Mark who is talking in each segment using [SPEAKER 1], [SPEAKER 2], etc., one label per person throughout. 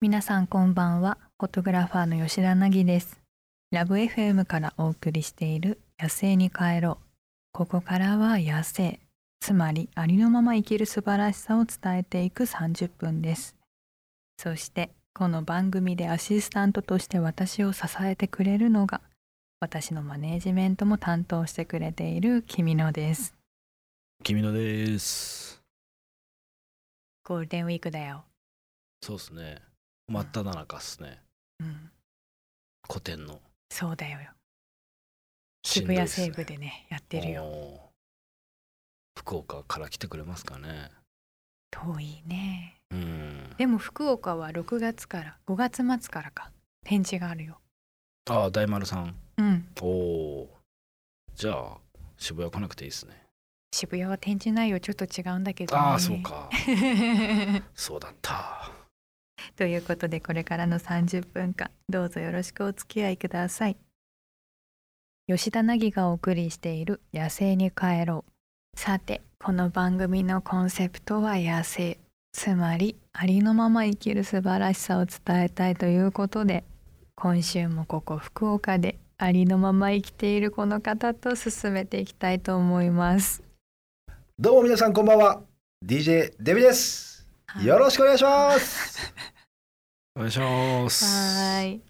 [SPEAKER 1] 皆さんこんばんはフォトグラファーの吉田凪ですラブ FM からお送りしている野生に帰ろうここからは野生つまりありのまま生きる素晴らしさを伝えていく30分ですそしてこの番組でアシスタントとして私を支えてくれるのが私のマネージメントも担当してくれている君野です
[SPEAKER 2] 君のです
[SPEAKER 1] ゴールデンウィークだよ、
[SPEAKER 2] そうっすね真っ只中っすね
[SPEAKER 1] うん、
[SPEAKER 2] 古典の
[SPEAKER 1] そうだよ渋谷西部でねやってるよ
[SPEAKER 2] よ福岡から来てくれますかね
[SPEAKER 1] 遠いね
[SPEAKER 2] うん
[SPEAKER 1] でも福岡は6月から5月末からか展示があるよ
[SPEAKER 2] ああ大丸さん
[SPEAKER 1] うん
[SPEAKER 2] おおじゃあ渋谷来なくていいっすね
[SPEAKER 1] 渋谷は展示内容ちょっと違うんだけど、ね、
[SPEAKER 2] ああそ うかそうだった
[SPEAKER 1] ということでこれからの30分間どうぞよろしくお付き合いください吉田凪がお送りしている「野生に帰ろう」さてこの番組のコンセプトは「野生」つまりありのまま生きる素晴らしさを伝えたいということで今週もここ福岡でありのまま生きているこの方と進めていきたいと思います。
[SPEAKER 3] どうも皆さんこんばんは DJ デビですよろしくお願いし ます
[SPEAKER 2] お願いします
[SPEAKER 1] はーい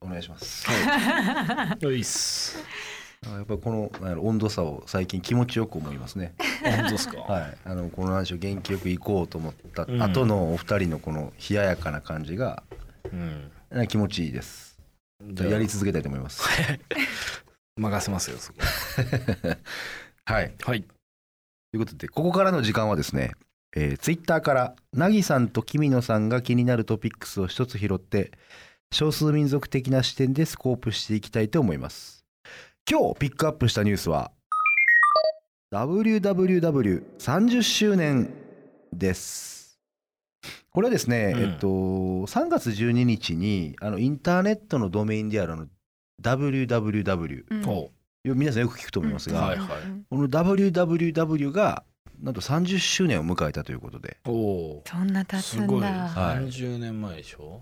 [SPEAKER 3] お願いします
[SPEAKER 2] はいよいっす
[SPEAKER 3] あやっぱりこのなんやろ温度差を最近気持ちよく思いますね
[SPEAKER 2] 本当っすか、
[SPEAKER 3] はいあのこの話を元気よく行こうと思った
[SPEAKER 2] うん
[SPEAKER 3] 後のお二人のこの冷ややかな感じが
[SPEAKER 2] うん
[SPEAKER 3] なんか気持ちいいですやり続けたいと思います
[SPEAKER 2] 任せますよそこ
[SPEAKER 3] はい
[SPEAKER 2] はい
[SPEAKER 3] ということでここからの時間はですね、えー、ツイッターからなぎさんときみのさんが気になるトピックスを一つ拾って少数民族的な視点でスコープしていきたいと思います今日ピックアップしたニュースは WWW30 周年ですこれはですね、
[SPEAKER 2] うん
[SPEAKER 3] えっと3月12日にあのインターネットのドメインであるあの WWW
[SPEAKER 1] うん
[SPEAKER 2] お
[SPEAKER 3] 皆さんよく聞くと思いますが、
[SPEAKER 2] はいはい
[SPEAKER 1] うん
[SPEAKER 3] この WWW がなんと30周年を迎えたということで
[SPEAKER 2] おお
[SPEAKER 1] そんな経つ
[SPEAKER 2] す
[SPEAKER 1] ん
[SPEAKER 2] ごい
[SPEAKER 1] だ。
[SPEAKER 3] はい
[SPEAKER 2] 30年前でしょ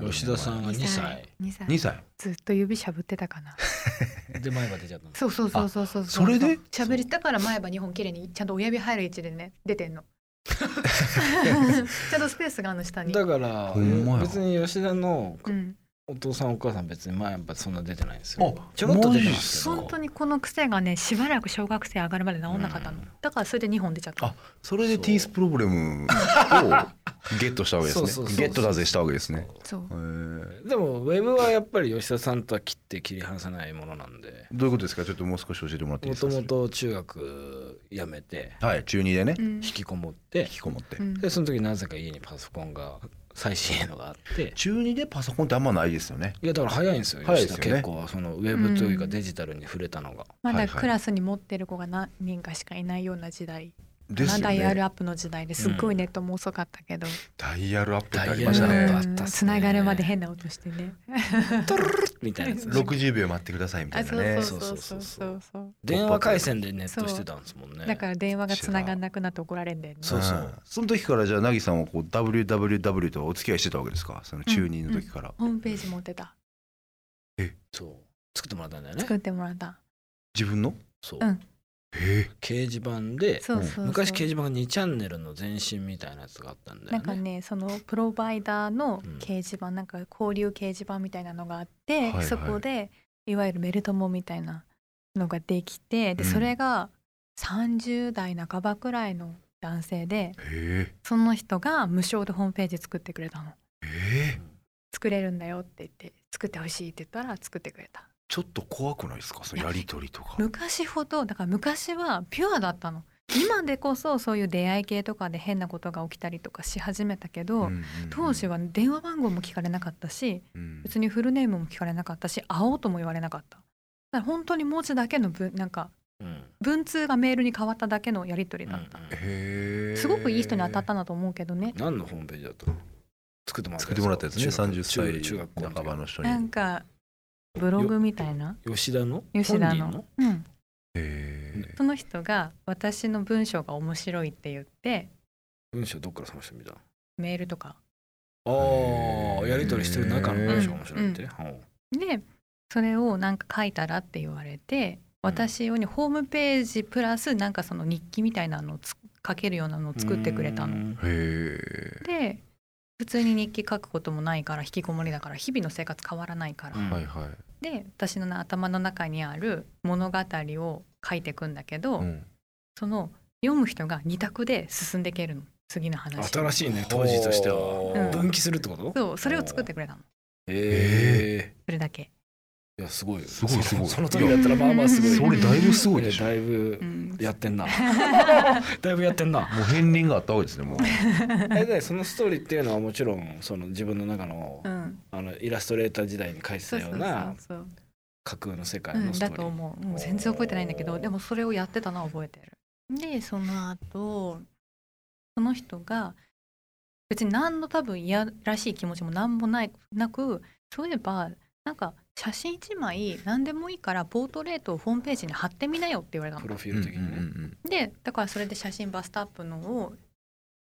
[SPEAKER 2] 吉田さんが2歳
[SPEAKER 1] 2歳
[SPEAKER 3] 2歳
[SPEAKER 1] ずっと指しゃぶってたかな
[SPEAKER 2] で前歯出ちゃったの
[SPEAKER 1] そうそうそうそうそう
[SPEAKER 3] それで
[SPEAKER 1] しゃぶりだから前歯2本きれいにちゃんと親指入る位置でね出てんのちゃんとスペースがあの下に
[SPEAKER 2] だから
[SPEAKER 3] ほんまや
[SPEAKER 2] 別に吉田の
[SPEAKER 1] うん、
[SPEAKER 2] お父さんお母さん別に前やっぱそんな出てないんですよ
[SPEAKER 3] あ
[SPEAKER 2] ちょろっと出てますけど
[SPEAKER 1] 本当にこの癖がねしばらく小学生上がるまで治んなかったの、
[SPEAKER 2] うん
[SPEAKER 1] だからそれで2本出ちゃった
[SPEAKER 3] あそれで
[SPEAKER 2] そう
[SPEAKER 3] ティースプロブレムをゲットしたわけです
[SPEAKER 2] そう
[SPEAKER 3] ね
[SPEAKER 2] そうそう
[SPEAKER 3] ゲットだぜしたわけですね
[SPEAKER 1] そう
[SPEAKER 3] へー
[SPEAKER 2] でもウェブはやっぱり吉田さんとは切って切り離せないものなんで
[SPEAKER 3] どういうことですかちょっともう少し教えてもらっていい
[SPEAKER 2] も
[SPEAKER 3] です
[SPEAKER 2] と
[SPEAKER 3] か
[SPEAKER 2] もと中学辞めて
[SPEAKER 3] はい中2でね
[SPEAKER 1] うん
[SPEAKER 2] 引きこもって
[SPEAKER 3] 引きこもって
[SPEAKER 1] うん
[SPEAKER 2] でその時なぜか家にパソコンが最新のがあって
[SPEAKER 3] 中2でパソコンってあんまないですよね
[SPEAKER 2] いやだから早いんですよ
[SPEAKER 3] 早い
[SPEAKER 2] 吉
[SPEAKER 3] です
[SPEAKER 2] 田
[SPEAKER 3] よね
[SPEAKER 2] 結構そのウェブという
[SPEAKER 1] う
[SPEAKER 2] か
[SPEAKER 1] ん
[SPEAKER 2] デジタルに触れたのが
[SPEAKER 1] ま
[SPEAKER 3] は
[SPEAKER 1] だ
[SPEAKER 3] いはい
[SPEAKER 1] クラスに持ってる子が何人かしかいないような時代、
[SPEAKER 3] です
[SPEAKER 1] ま
[SPEAKER 3] よ
[SPEAKER 1] だやる
[SPEAKER 3] ね
[SPEAKER 1] アップの時代ですっごいネットも遅かったけど、
[SPEAKER 3] ダイヤルアップってあり
[SPEAKER 2] ま
[SPEAKER 3] ました
[SPEAKER 2] ダイヤルア
[SPEAKER 3] ね
[SPEAKER 2] ップあったっすね
[SPEAKER 1] つながるまで変な音してね
[SPEAKER 2] トゥルルルみたいなやつね
[SPEAKER 3] 60秒待ってくださいみた
[SPEAKER 1] あ
[SPEAKER 3] いな
[SPEAKER 1] そう
[SPEAKER 3] ね
[SPEAKER 1] そうそうそうそうそう
[SPEAKER 2] 電話回線でネットしてたんですもんね
[SPEAKER 1] だから電話がつながんなくなって怒られんだよね
[SPEAKER 2] そうそうん
[SPEAKER 3] その時からじゃあなぎさんはこう WWW とお付き合いしてたわけですかその中2の時から
[SPEAKER 1] ホームページ持ってた
[SPEAKER 2] そう作ってもらったんだよね
[SPEAKER 1] 作ってもらった
[SPEAKER 3] 自分の
[SPEAKER 2] そう
[SPEAKER 1] うん
[SPEAKER 3] え
[SPEAKER 2] 掲示板で
[SPEAKER 1] そうそうそう
[SPEAKER 2] 昔掲示板が2チャンネルの前身みたいなやつがあったんだ
[SPEAKER 1] な
[SPEAKER 2] よ
[SPEAKER 1] んか
[SPEAKER 2] ね
[SPEAKER 1] ねそのプロバイダーの
[SPEAKER 2] うん
[SPEAKER 1] 掲示板、なんか交流掲示板みたいなのがあって、
[SPEAKER 3] はいはい
[SPEAKER 1] そこでいわゆるメルトモみたいなのができてで
[SPEAKER 3] うん
[SPEAKER 1] それが30代半ばくらいの男性で
[SPEAKER 3] え
[SPEAKER 1] その人が無償でホームページ作ってくれたの
[SPEAKER 3] え
[SPEAKER 1] 作れるんだよって言って作ってほしいって言ったら作ってくれた
[SPEAKER 3] ちょっと怖くないですかそのやりとりとか
[SPEAKER 1] 昔ほどだから昔はピュアだったの今でこそそういう出会い系とかで変なことが起きたりとかし始めたけど、
[SPEAKER 3] うんうんうん
[SPEAKER 1] 当時は電話番号も聞かれなかったし
[SPEAKER 3] うん
[SPEAKER 1] 別にフルネームも聞かれなかったし会おうとも言われなかっただから本当に文字だけの文なんか
[SPEAKER 2] うん
[SPEAKER 1] 文通がメールに変わっただけのやり取りだった、
[SPEAKER 2] うん
[SPEAKER 3] へえ
[SPEAKER 1] すごくいい人に当たったなと思うけどね、
[SPEAKER 2] 何のホームページだったの作ってもらった
[SPEAKER 3] 作ってもらったやつね
[SPEAKER 2] 中学
[SPEAKER 3] 30
[SPEAKER 2] 中
[SPEAKER 3] 歳
[SPEAKER 2] 中学校の時
[SPEAKER 3] 半ばの人に
[SPEAKER 1] なんかブログみたいな
[SPEAKER 2] 吉田の
[SPEAKER 1] 吉田
[SPEAKER 2] 本
[SPEAKER 1] の
[SPEAKER 2] 人の
[SPEAKER 1] うん、
[SPEAKER 3] へえ
[SPEAKER 1] その人が私の文章が面白いって言って
[SPEAKER 2] 文章どっから探してみたの
[SPEAKER 1] メールとか
[SPEAKER 2] ああやり取りしてる中の話かもしれないってね、ほう
[SPEAKER 1] でそれをなんか書いたらって言われて
[SPEAKER 2] うん
[SPEAKER 1] 私用にホームページプラスなんかその日記みたいなのをつ書けるようなのを作ってくれた
[SPEAKER 2] う
[SPEAKER 1] の。
[SPEAKER 2] ん
[SPEAKER 3] へ
[SPEAKER 1] で普通に日記書くこともないから引きこもりだから日々の生活変わらないから。
[SPEAKER 2] うん
[SPEAKER 3] はいはい。
[SPEAKER 1] で私の頭の中にある物語を書いていくんだけど、
[SPEAKER 3] うん
[SPEAKER 1] その読む人が二択で進んでいけるの次の話。
[SPEAKER 2] 新しいね当時としては
[SPEAKER 1] うん
[SPEAKER 2] 分岐するってこと
[SPEAKER 1] そうそれを作ってくれたの
[SPEAKER 2] え
[SPEAKER 1] それだけ。
[SPEAKER 2] えいやすごいよ
[SPEAKER 3] すごいすごい
[SPEAKER 2] その時だったらまあまあすごい
[SPEAKER 3] それだいぶすごいでしょ。も
[SPEAKER 2] だいぶ
[SPEAKER 1] うん
[SPEAKER 2] やって んなだいぶやってんな
[SPEAKER 3] う片鱗があったわけですね。もう。
[SPEAKER 2] えでそのストーリーっていうのはもちろんその自分の中の,、
[SPEAKER 1] うん、
[SPEAKER 2] あのイラストレーター時代に書いて
[SPEAKER 1] そ
[SPEAKER 2] た
[SPEAKER 1] うそ
[SPEAKER 2] よ
[SPEAKER 1] う
[SPEAKER 2] う
[SPEAKER 1] そう
[SPEAKER 2] な
[SPEAKER 1] そう。
[SPEAKER 2] 架空の世界
[SPEAKER 1] うん、
[SPEAKER 2] のスト
[SPEAKER 1] だ
[SPEAKER 2] ーリー、
[SPEAKER 1] と思うもう全然覚えてないんだけどでもそれをやってたな覚えてるでその後その人が別に何の多分嫌らしい気持ちも何もないなくそういえばなんか写真1枚何でもいいからポートレートをホームページに貼ってみなよって言われた
[SPEAKER 2] プ
[SPEAKER 1] の
[SPEAKER 2] ロフィール的にね、
[SPEAKER 1] でだからそれで写真バストアップのを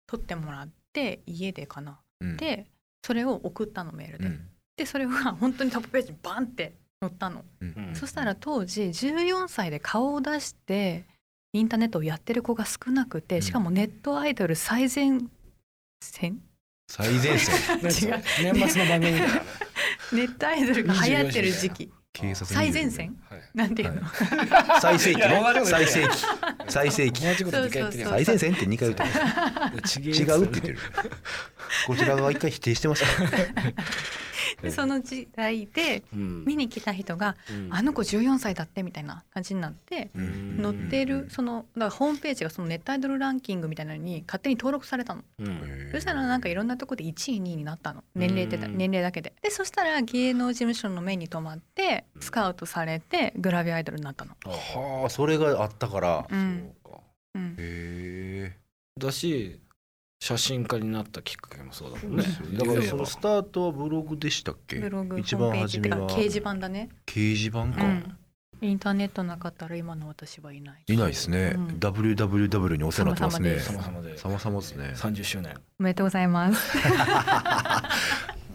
[SPEAKER 1] 撮ってもらって家でかな
[SPEAKER 3] うんうんうん
[SPEAKER 1] でそれを送ったのメール
[SPEAKER 3] う
[SPEAKER 1] で、
[SPEAKER 3] ん
[SPEAKER 1] でそれが本当にトップページにバンって載ったの
[SPEAKER 3] うん
[SPEAKER 2] うん
[SPEAKER 1] そしたら当時14歳で顔を出してインターネットをやってる子が少なく
[SPEAKER 3] う
[SPEAKER 1] て
[SPEAKER 3] ん
[SPEAKER 1] しかもネットアイドル最前線
[SPEAKER 3] 最前線。
[SPEAKER 2] なんかそれ
[SPEAKER 1] 違う
[SPEAKER 2] 年末の番組だよね
[SPEAKER 1] ネットアイドルが流行ってる時期
[SPEAKER 3] 警察
[SPEAKER 1] 最前線
[SPEAKER 2] はい
[SPEAKER 1] なんていうの、
[SPEAKER 3] 最盛期
[SPEAKER 2] いや同じこと
[SPEAKER 3] ね。
[SPEAKER 2] 言っ
[SPEAKER 3] 最
[SPEAKER 2] てる
[SPEAKER 3] 盛期。最盛期。
[SPEAKER 2] 同じこと二回言ってるやん
[SPEAKER 1] そう
[SPEAKER 3] 最前線って二回 言ってます。違うって言ってる。こちら側一回否定してますから。
[SPEAKER 1] でその時代で
[SPEAKER 2] うん
[SPEAKER 1] 見に来た人が「あの子14歳だって」みたいな感じになって
[SPEAKER 3] うん
[SPEAKER 1] 載って
[SPEAKER 3] うんうんうん
[SPEAKER 1] るそのだからホームページがそのネットアイドルランキングみたいなのに勝手に登録されたの。
[SPEAKER 2] うん
[SPEAKER 1] そしたらなんかいろんなとこで1位2位になったの年齢で
[SPEAKER 2] うん
[SPEAKER 1] 年齢だけででそしたら芸能事務所の目に留まってスカウトされてグラビアアイドルになったの、
[SPEAKER 3] はあ、それがあったから。
[SPEAKER 1] うん
[SPEAKER 2] そうか
[SPEAKER 1] うん
[SPEAKER 3] へ
[SPEAKER 2] だし写真家になったきっかけもそうだもん
[SPEAKER 3] え
[SPEAKER 2] ね
[SPEAKER 1] そう
[SPEAKER 2] だ
[SPEAKER 3] だ
[SPEAKER 2] か
[SPEAKER 3] からら
[SPEAKER 2] そ
[SPEAKER 3] そ
[SPEAKER 2] の
[SPEAKER 3] のスタートはブログでしたっけ
[SPEAKER 1] ブログホ
[SPEAKER 3] 一
[SPEAKER 1] ーム
[SPEAKER 3] 番
[SPEAKER 1] ページ
[SPEAKER 3] 初
[SPEAKER 1] って
[SPEAKER 3] め
[SPEAKER 1] か
[SPEAKER 3] は
[SPEAKER 1] 掲示板だね、
[SPEAKER 3] 掲示板
[SPEAKER 1] う
[SPEAKER 3] か、
[SPEAKER 1] ん、インターネットなかったら今の私はいない
[SPEAKER 3] いないですね、
[SPEAKER 1] うん
[SPEAKER 3] WWW にお世話になってますね
[SPEAKER 2] 様々で
[SPEAKER 3] 様々ですね
[SPEAKER 2] 30周年
[SPEAKER 1] おめでとうございます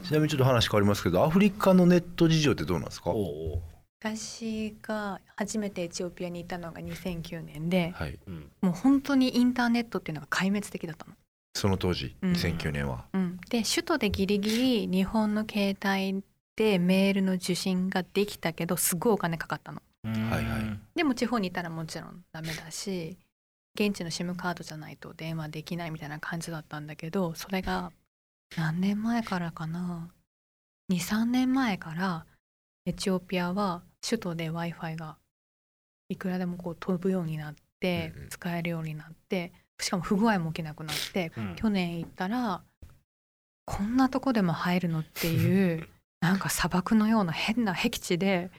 [SPEAKER 3] ちなみにちょっと話変わりますけどアフリカのネット事情ってどうなんですか
[SPEAKER 2] おうおう
[SPEAKER 1] 私が初めてエチオピアに行ったのが2009年で
[SPEAKER 3] はい
[SPEAKER 2] うん
[SPEAKER 1] もう本当にインターネットっていうのが壊滅的だったの、
[SPEAKER 3] その当時
[SPEAKER 1] うん
[SPEAKER 3] 2009年は、
[SPEAKER 1] うん、で首都でギリギリ日本の携帯でメールの受信ができたけどすごいお金かかったの
[SPEAKER 3] はいはい
[SPEAKER 1] でも地方にいたらもちろんダメだし現地の SIM カードじゃないと電話できないみたいな感じだったんだけどそれが何年前からかな23年前からエチオピアは首都で w i f i がいくらでもこう飛ぶようになって
[SPEAKER 3] うんうん
[SPEAKER 1] 使えるようになってしかも不具合も起きなくなって
[SPEAKER 2] うん
[SPEAKER 1] 去年行ったらこんなとこでも入るのっていう なんか砂漠のような変な僻地で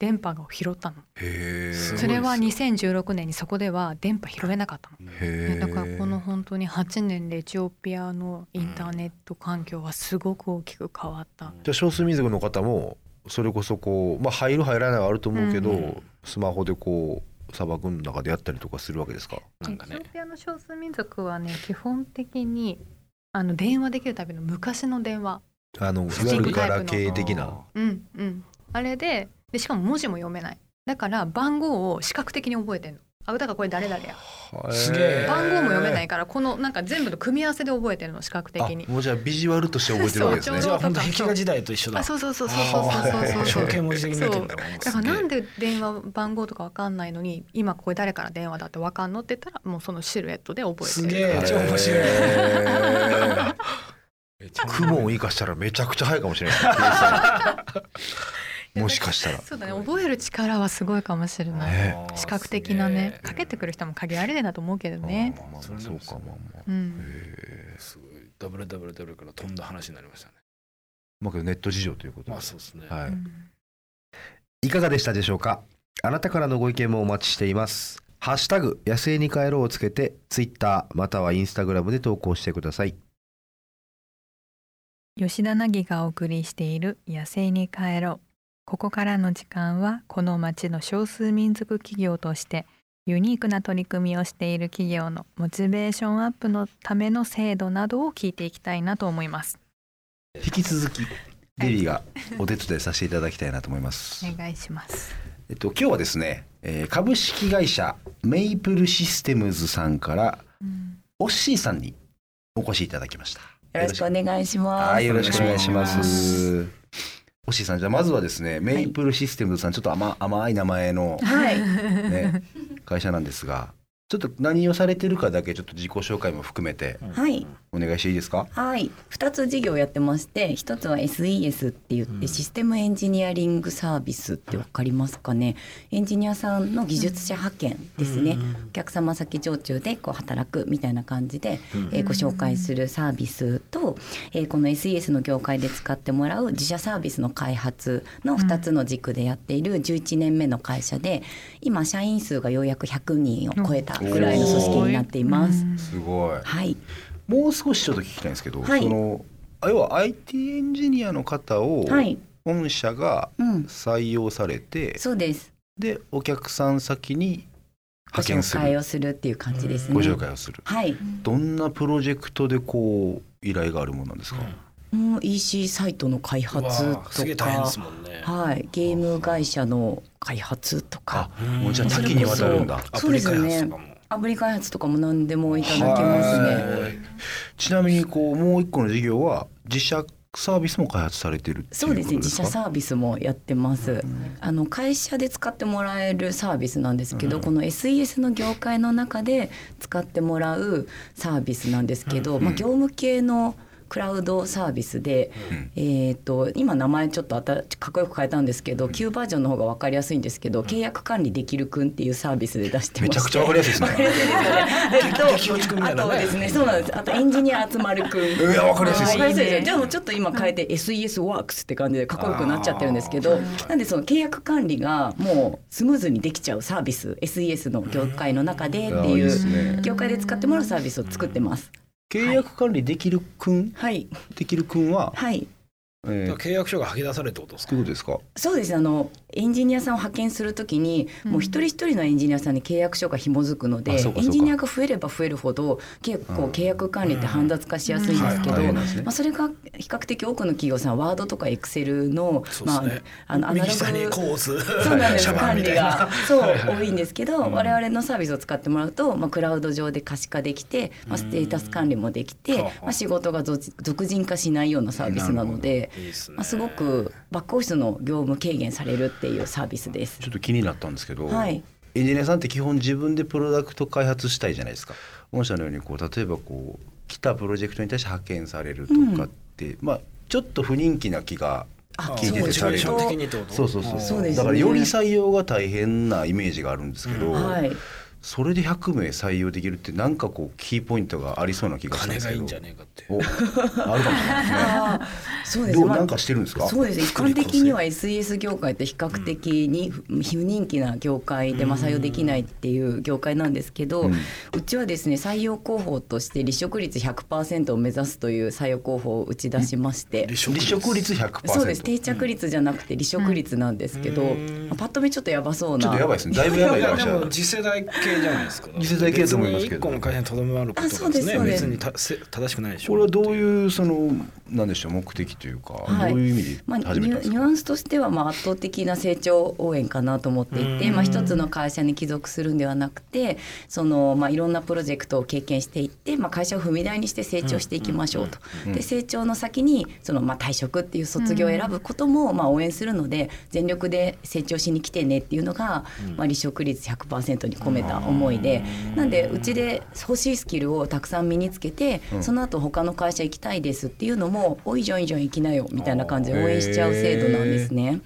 [SPEAKER 1] 電波を拾ったの。
[SPEAKER 3] へえ
[SPEAKER 2] すごい
[SPEAKER 1] それは
[SPEAKER 2] です
[SPEAKER 1] 2016年にそこでは電波拾えなかったの。
[SPEAKER 3] へえ
[SPEAKER 1] だからこの本当に8年でエチオピアのインターネット環境はすごく大きく変わった。
[SPEAKER 3] じゃあ少数民族の方もそれこそこう、まあ、入る入らないはあると思うけど、
[SPEAKER 2] うん
[SPEAKER 3] スマホでこう砂漠の中でやったりとかするわけですか
[SPEAKER 2] なんかね
[SPEAKER 1] ピアの少数民族はね基本的にあの電話できるための昔の電話、
[SPEAKER 3] あのいわ
[SPEAKER 1] ス
[SPEAKER 3] ゆ
[SPEAKER 1] ティッ
[SPEAKER 3] る
[SPEAKER 1] クタ
[SPEAKER 3] ガ
[SPEAKER 1] イプの
[SPEAKER 3] ラケー的な
[SPEAKER 1] うんうん、あれででしかも文字も読めないだから番号を視覚的に覚えてんの。あだからこれ誰々や
[SPEAKER 3] へえ
[SPEAKER 2] すげえ
[SPEAKER 1] 番号も読めないいからこのなんか全部の組み合わせで覚えてるの視覚的に
[SPEAKER 3] あ。もうじゃあビジュアルとして覚えてるわけです
[SPEAKER 1] そう
[SPEAKER 3] ね
[SPEAKER 2] じ
[SPEAKER 1] ちょう
[SPEAKER 2] ゃあ
[SPEAKER 1] どとか
[SPEAKER 2] 本当壁画時代と一緒だ
[SPEAKER 1] あそうそうそうそうそうそうそうそう
[SPEAKER 2] あー
[SPEAKER 1] そう
[SPEAKER 2] 象形文字的に見てんだもん
[SPEAKER 1] だからなん
[SPEAKER 2] で
[SPEAKER 1] で電話番号とかわかんないのに今これ誰から電話だってわかんのって言ったらもうそのシルエットで覚
[SPEAKER 2] す
[SPEAKER 1] えて
[SPEAKER 2] げ
[SPEAKER 1] る
[SPEAKER 2] え超面白い
[SPEAKER 3] へ
[SPEAKER 2] めちゃ
[SPEAKER 3] ー
[SPEAKER 2] めちゃ
[SPEAKER 3] 雲を生かしたらめちゃくちゃ早いかもしれないですねもしかしたら
[SPEAKER 1] そうだね覚える力はすごいかもしれない、
[SPEAKER 3] ね
[SPEAKER 1] 視覚的なねかけてく
[SPEAKER 2] る
[SPEAKER 1] る人も限られるなと思うけどね
[SPEAKER 3] まあまあまあ
[SPEAKER 2] それで
[SPEAKER 3] そう
[SPEAKER 2] も
[SPEAKER 3] かまあまあ
[SPEAKER 1] うん
[SPEAKER 3] へー
[SPEAKER 2] すごい WWW から飛んだ話になりましたね
[SPEAKER 3] まあけどネット事情ということで、
[SPEAKER 2] まあそうですね
[SPEAKER 1] う
[SPEAKER 3] は
[SPEAKER 1] ん
[SPEAKER 3] い、いかがでしたでしょうかあなたからのご意見もお待ちしていますハッシュタグ野生に帰ろうをつけてツイッターまたはインスタグラムで投稿してください
[SPEAKER 1] 吉田凪がお送りしている「野生に帰ろう」ここからの時間はこの町の少数民族企業としてユニークな取り組みをしている企業のモチベーションアップのための制度などを聞いていきたいなと思います。
[SPEAKER 3] 引き続きデリーがお手伝いさせていただきたいなと思います
[SPEAKER 1] お願いします。
[SPEAKER 3] えっと、今日はですね、えー株式会社メイプルシステムズさんから
[SPEAKER 1] うん
[SPEAKER 3] オッシーさんにお越しいただきました。
[SPEAKER 4] よろしくお願いします。
[SPEAKER 3] はい、よろしくお願いしま。
[SPEAKER 4] お願いします
[SPEAKER 3] オッシーさん、じゃあまずはですね、メイプルシステムズさん、ちょっと甘甘い名前の、
[SPEAKER 4] はい。
[SPEAKER 3] ね、会社なんですが、ちょっと何をされてるかだけちょっと自己紹介も含めて
[SPEAKER 4] はい。
[SPEAKER 3] お願いしていいですか。
[SPEAKER 4] はい。二つ事業やってまして、一つは SES って言って、
[SPEAKER 2] うん
[SPEAKER 4] システムエンジニアリングサービスってわかりますかね。エンジニアさんの技術者派遣ですね。お客様先常駐でこう働くみたいな感じで、
[SPEAKER 2] うん
[SPEAKER 4] えーご紹介するサービスと、えーこの SES の業界で使ってもらう自社サービスの開発の2つの軸でやっている11年目の会社で今社員数がようやく100人を超えたぐらいの組織になっています。
[SPEAKER 3] すごい。
[SPEAKER 4] はい、
[SPEAKER 3] もう少しちょっと聞きたいんですけど、
[SPEAKER 4] はい
[SPEAKER 3] そのあ要は IT エンジニアの方を
[SPEAKER 4] はい
[SPEAKER 3] 本社が
[SPEAKER 4] うん、
[SPEAKER 3] 採用されて、
[SPEAKER 4] そうです
[SPEAKER 3] でお客さん先に
[SPEAKER 4] ご
[SPEAKER 3] 派遣す
[SPEAKER 4] 紹介
[SPEAKER 3] る
[SPEAKER 4] をするっていう感じですね。
[SPEAKER 3] ご紹介をする
[SPEAKER 4] はい、
[SPEAKER 3] どんなプロジェクトでこう依頼があるものなんですか、
[SPEAKER 4] うん、EC サイトの開発
[SPEAKER 2] うわあすげえ
[SPEAKER 4] と
[SPEAKER 2] 大変で
[SPEAKER 4] か
[SPEAKER 2] す、もんね。
[SPEAKER 4] はい、ゲーム会社の開発とか。
[SPEAKER 2] ん
[SPEAKER 3] もうじゃあ多岐にわたるんだ
[SPEAKER 2] ア
[SPEAKER 4] そ
[SPEAKER 2] プ
[SPEAKER 4] うで
[SPEAKER 2] リ
[SPEAKER 4] す
[SPEAKER 2] 開
[SPEAKER 4] ね
[SPEAKER 2] 発とかも。
[SPEAKER 4] アプリ開発とかも何でもいただけますね。
[SPEAKER 3] はいちなみにこうもう一個の事業は自社サービスも開発されてるって
[SPEAKER 4] そ
[SPEAKER 3] いうう
[SPEAKER 4] で
[SPEAKER 3] こ
[SPEAKER 4] す
[SPEAKER 3] と
[SPEAKER 4] ね。
[SPEAKER 3] で
[SPEAKER 4] 自
[SPEAKER 3] すか
[SPEAKER 4] 社サービスもやってます。あの会社で使ってもらえるサービスなんですけど、この SES の業界の中で使ってもらうサービスなんですけど、まあ業務系のクラウドサービスで、えっ、と今名前ちょっとあたかっこよく変えたんですけど、旧バージョンの方がわかりやすいんですけど、契約管理できるくんっていうサービスで出してま
[SPEAKER 3] め
[SPEAKER 4] して
[SPEAKER 3] ちゃくちゃわかりやすいですね
[SPEAKER 4] わかりやすい ですよねえっと
[SPEAKER 2] 敵を作るみた
[SPEAKER 4] あ
[SPEAKER 2] いな
[SPEAKER 4] と
[SPEAKER 2] ね
[SPEAKER 4] ですね、そうなんです。あとエンジニア集まるくん。
[SPEAKER 3] いやわかりやすいです
[SPEAKER 4] わでしょじゃあもうちょっと今変えて SES ワークスって感じでかっこよくなっちゃってるんですけ
[SPEAKER 3] あ
[SPEAKER 4] ど、なんでその契約管理がもうスムーズにできちゃうサービス、SES の業界の中でって
[SPEAKER 3] いやいい
[SPEAKER 4] い
[SPEAKER 3] です
[SPEAKER 4] う
[SPEAKER 3] ね
[SPEAKER 4] 業界で使ってもらうサービスを作ってます。
[SPEAKER 3] 契約管理できるくん
[SPEAKER 4] はい
[SPEAKER 3] できるくんは、
[SPEAKER 4] はい。
[SPEAKER 3] え
[SPEAKER 2] だ
[SPEAKER 3] ー
[SPEAKER 2] から契約書が吐き出されるってことです
[SPEAKER 3] ど
[SPEAKER 2] か
[SPEAKER 3] ういうことですか
[SPEAKER 4] そうですあのエンジニアさんを派遣するときに、
[SPEAKER 1] うん
[SPEAKER 4] もう一人一人のエンジニアさんに契約書が紐づくので
[SPEAKER 3] あそうかそうか
[SPEAKER 4] エンジニアが増えれば増えるほど結
[SPEAKER 3] うん
[SPEAKER 4] 構契約管理って煩雑化しやすいんですけど、
[SPEAKER 3] はい大変なんですね
[SPEAKER 4] まあ、それが比較的多くの企業さんワードとかエクセルの,、
[SPEAKER 2] そうで
[SPEAKER 4] ますあ
[SPEAKER 2] ね、
[SPEAKER 4] あのアナロ
[SPEAKER 2] 右
[SPEAKER 4] グ
[SPEAKER 2] 下にコース
[SPEAKER 4] そうなんで
[SPEAKER 2] シ
[SPEAKER 4] す
[SPEAKER 2] ャワー
[SPEAKER 4] 管
[SPEAKER 2] み
[SPEAKER 4] 理
[SPEAKER 2] たいな
[SPEAKER 4] がそう多いんですけど、我々のサービスを使ってもらうと、まあ、クラウド上で可視化できて、まあ、ステータス管理もでき
[SPEAKER 2] うん
[SPEAKER 4] て、
[SPEAKER 2] はあ
[SPEAKER 4] まあ、仕事がぞ俗人化しないようなサービスなので。
[SPEAKER 2] いいっすね
[SPEAKER 4] まあ、すごくバックオフィスの業務軽減されるっていうサービスです
[SPEAKER 3] ちょ。っと気になったんですけど、
[SPEAKER 4] はい
[SPEAKER 3] エンジニアさんって基本自分でプロダクト開発したいじゃないですか御社のようにこう例えばこう来たプロジェクトに対して派遣されるとかって、まあちょっと不人気な気が
[SPEAKER 4] あ
[SPEAKER 3] 聞いて
[SPEAKER 2] そうモ
[SPEAKER 3] てされ
[SPEAKER 2] チベー
[SPEAKER 3] る
[SPEAKER 2] ション的にってこと
[SPEAKER 3] そうそうそう
[SPEAKER 4] そうですね
[SPEAKER 3] だからより採用が大変なイメージがあるんですけど、
[SPEAKER 4] はい、
[SPEAKER 3] それで100名採用できるってなんかこうキーポイントがありそうな気がする
[SPEAKER 2] 金
[SPEAKER 3] んです
[SPEAKER 2] が
[SPEAKER 3] け
[SPEAKER 2] いい
[SPEAKER 3] ど
[SPEAKER 2] んじゃねえかって
[SPEAKER 3] おあるかもしれないですね
[SPEAKER 4] あーそうです
[SPEAKER 3] ど
[SPEAKER 4] ね
[SPEAKER 3] う
[SPEAKER 4] まあ
[SPEAKER 3] なんかしてるんですか
[SPEAKER 4] そうですね一般的には SES 業界って比較的に非人気な業界で、まあ、採用できないっていう業界なんですけど、
[SPEAKER 3] う
[SPEAKER 4] うんちはですね採用広報として離職率100%を目指すという採用広報を打ち出しまして。
[SPEAKER 3] 離職率100%
[SPEAKER 4] そうです定着率じゃなくて離職率なんですけど、
[SPEAKER 2] うん
[SPEAKER 4] まあパッと見ちょっとやばそうな
[SPEAKER 3] ちょっとやばいですねだいぶ
[SPEAKER 2] い
[SPEAKER 3] やば
[SPEAKER 2] や
[SPEAKER 3] い
[SPEAKER 2] い
[SPEAKER 3] か
[SPEAKER 2] や
[SPEAKER 3] もし
[SPEAKER 2] で
[SPEAKER 3] れない
[SPEAKER 2] も次世代系じゃないですか。
[SPEAKER 3] 次世代系だと思いますけど
[SPEAKER 2] 別に一個の会社にとどめあること
[SPEAKER 4] あそう
[SPEAKER 2] で
[SPEAKER 4] ですす
[SPEAKER 2] ね。
[SPEAKER 4] そうです
[SPEAKER 2] 別にたせ正しくないでしょ。
[SPEAKER 3] これはどう
[SPEAKER 2] う。
[SPEAKER 3] いうそのなんでしょう目的というか、
[SPEAKER 4] はい
[SPEAKER 3] どういう意味で
[SPEAKER 4] まあ、ニ
[SPEAKER 3] 始めたんで
[SPEAKER 4] ュ
[SPEAKER 3] す
[SPEAKER 4] ニュ
[SPEAKER 3] か、
[SPEAKER 4] アンスとしてはまあ圧倒的な成長応援かなと思っていて、
[SPEAKER 2] うん
[SPEAKER 4] まあ、一つの会社に帰属するんではなくてその、まあ、いろんなプロジェクトを経験していって、まあ、会社を踏み台にして成長していきましょうと、
[SPEAKER 3] うん
[SPEAKER 4] で成長の先にその、まあ、退職っていう卒業を選ぶこともまあ応援するので全力で成長しに来てねっていうのが、まあ、離職率100%に込めた思いで、なんでうちで欲しいスキルをたくさん身につけて、
[SPEAKER 3] うん
[SPEAKER 4] その後他の会社行きたいですっていうのも「おいじゃんいいじゃん行きなよ」みたいな感じで応援しちゃう制度なんですね。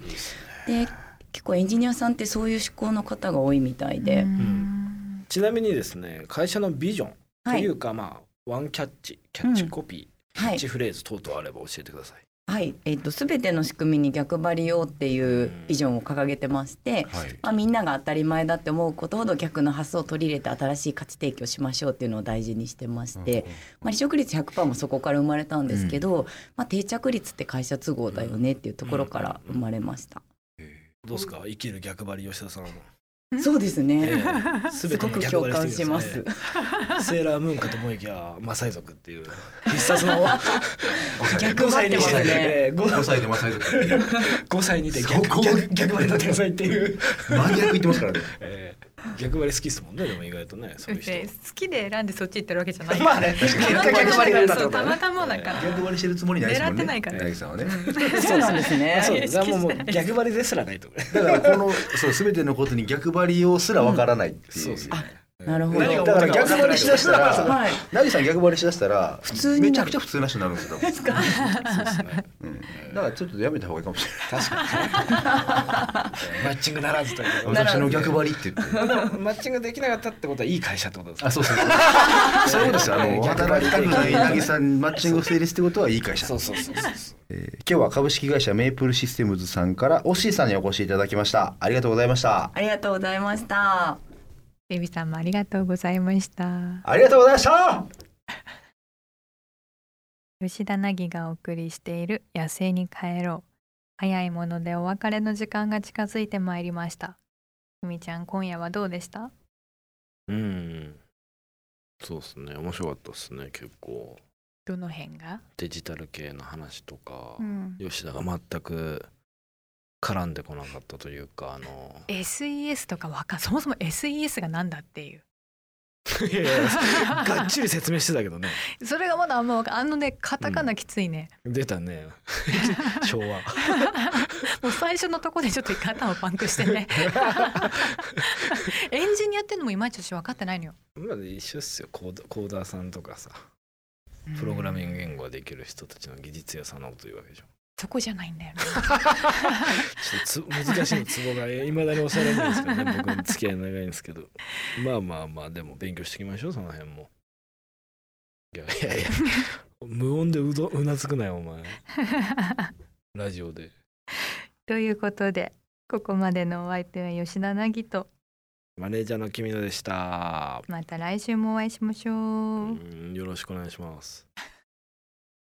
[SPEAKER 4] で結構エンジニアさんってそういう思考の方が多いみたいで、
[SPEAKER 1] うん
[SPEAKER 2] ちなみにですね、会社のビジョンと
[SPEAKER 4] はいいう
[SPEAKER 2] かまあワンキャッチ、キャッチコピー、キ
[SPEAKER 4] は
[SPEAKER 2] ャ
[SPEAKER 4] い
[SPEAKER 2] ッチフレーズ等々あれば教えてください。
[SPEAKER 4] はいえっと全ての仕組みに逆張りようっていうビジョンを掲げてまして、
[SPEAKER 3] はい
[SPEAKER 4] まあ、みんなが当たり前だって思うことほど逆の発想を取り入れて新しい価値提供しましょうっていうのを大事にしてまして、まあ、離職率100%もそこから生まれたんですけど、まあ、定着率って会社都合だよねっていうところから生まれました。
[SPEAKER 2] どうですか、生きる逆張り吉田さん。
[SPEAKER 4] そうです
[SPEAKER 2] ええ
[SPEAKER 4] ね。す
[SPEAKER 2] 全て
[SPEAKER 4] ご
[SPEAKER 2] に
[SPEAKER 4] く
[SPEAKER 2] 逆
[SPEAKER 4] 共
[SPEAKER 2] 張り
[SPEAKER 4] 感
[SPEAKER 2] て
[SPEAKER 4] し
[SPEAKER 2] るん
[SPEAKER 4] ま
[SPEAKER 2] です
[SPEAKER 4] す
[SPEAKER 2] ね。セーラームーンかと思いきやマサイ族って いう必殺の
[SPEAKER 4] 逆張ってますね
[SPEAKER 3] 5歳でマサイ族
[SPEAKER 2] 5歳にて逆
[SPEAKER 3] そこ
[SPEAKER 2] 逆逆張りの天才っていう、
[SPEAKER 3] 真逆言ってますからね
[SPEAKER 2] ええ逆張り好きですもんねでも意外とねそういう人
[SPEAKER 1] で好きで選ん でそっち行ってるわけじゃない。
[SPEAKER 3] まあね確かに
[SPEAKER 1] たまたま
[SPEAKER 3] 逆張りがあった
[SPEAKER 1] そう
[SPEAKER 3] と
[SPEAKER 1] た
[SPEAKER 3] か
[SPEAKER 1] ま
[SPEAKER 3] ね
[SPEAKER 1] たまだから。
[SPEAKER 3] 逆張りしてるつもりないですもん
[SPEAKER 1] 狙
[SPEAKER 3] ね
[SPEAKER 1] ってないから
[SPEAKER 3] 大吉さんはね
[SPEAKER 4] そうなんですね
[SPEAKER 2] あ。そうだ
[SPEAKER 1] 意識して
[SPEAKER 2] もうもう
[SPEAKER 1] ない
[SPEAKER 2] 逆張りですらないと思うね
[SPEAKER 3] だからこのそう全てのことに逆張りをすらわからないっていう、
[SPEAKER 2] そうですね
[SPEAKER 4] なるほど。
[SPEAKER 2] 何が
[SPEAKER 3] だから逆張りしだしたら、
[SPEAKER 4] はい
[SPEAKER 3] ナギさん逆張りしだしたら
[SPEAKER 4] 普通
[SPEAKER 3] め
[SPEAKER 4] に
[SPEAKER 3] ちゃくちゃ普通な人になるんですよ多分
[SPEAKER 2] そうですね
[SPEAKER 3] うんだからちょっとやめた方がいいかもしれない
[SPEAKER 2] 確かにマッチングならずということで
[SPEAKER 4] なら
[SPEAKER 3] 私の逆張りって言って
[SPEAKER 2] でもマッチングできなかったってことはいい会社ってことですね
[SPEAKER 3] あそう そうそうそうですよあの
[SPEAKER 2] 逆張
[SPEAKER 3] 働
[SPEAKER 2] り
[SPEAKER 3] きたくないナギさんマッチング成立ってことはいい会社
[SPEAKER 2] そうそうそうそうそう
[SPEAKER 3] えー今日は株式会社メープルシステムズさんからオッシーさんにお越しいただきましたありがとうございました
[SPEAKER 4] ありがとうございました。
[SPEAKER 1] デビさんもありがとうございました。
[SPEAKER 3] ありがとうございました
[SPEAKER 1] 吉田凪がお送りしている「野生に帰ろう」早いものでお別れの時間が近づいてまいりましたふみちゃん今夜はどうでした
[SPEAKER 2] うんそうですね面白かったですね結構
[SPEAKER 1] どの辺が、
[SPEAKER 2] デジタル系の話とか、
[SPEAKER 1] うん、
[SPEAKER 2] 吉田が全く絡んでこなかったというかあの
[SPEAKER 1] SES とかわかんそもそも SES がなんだっていう
[SPEAKER 2] いやいやがっちり説明してたけどね
[SPEAKER 1] それがまだあんまわかんあのねカタカナきつい ね、
[SPEAKER 2] 出たね昭和
[SPEAKER 1] もう最初のとこでちょっと肩をパンクして ねエンジニアってのもいまいち私分かってないのよ
[SPEAKER 2] 今で一緒っすよコードコーダーさんとかさプログラミング言語ができる人たちの技術屋さんのこと言うわけでしょ
[SPEAKER 1] そこじゃないんだ よね
[SPEAKER 2] ちょっとつ難しいのツボがいまだにおされないんですけどね僕の付き合い長いんですけどまあまあまあでも勉強していきましょうその辺もいやいやいや無音でうどうなずくなよお前ラジオで
[SPEAKER 1] ということでここまでのお相手は吉田凪と
[SPEAKER 2] マネージャーの君野でした、
[SPEAKER 1] また来週もお会いしましょう。
[SPEAKER 2] うんよろしくお願いします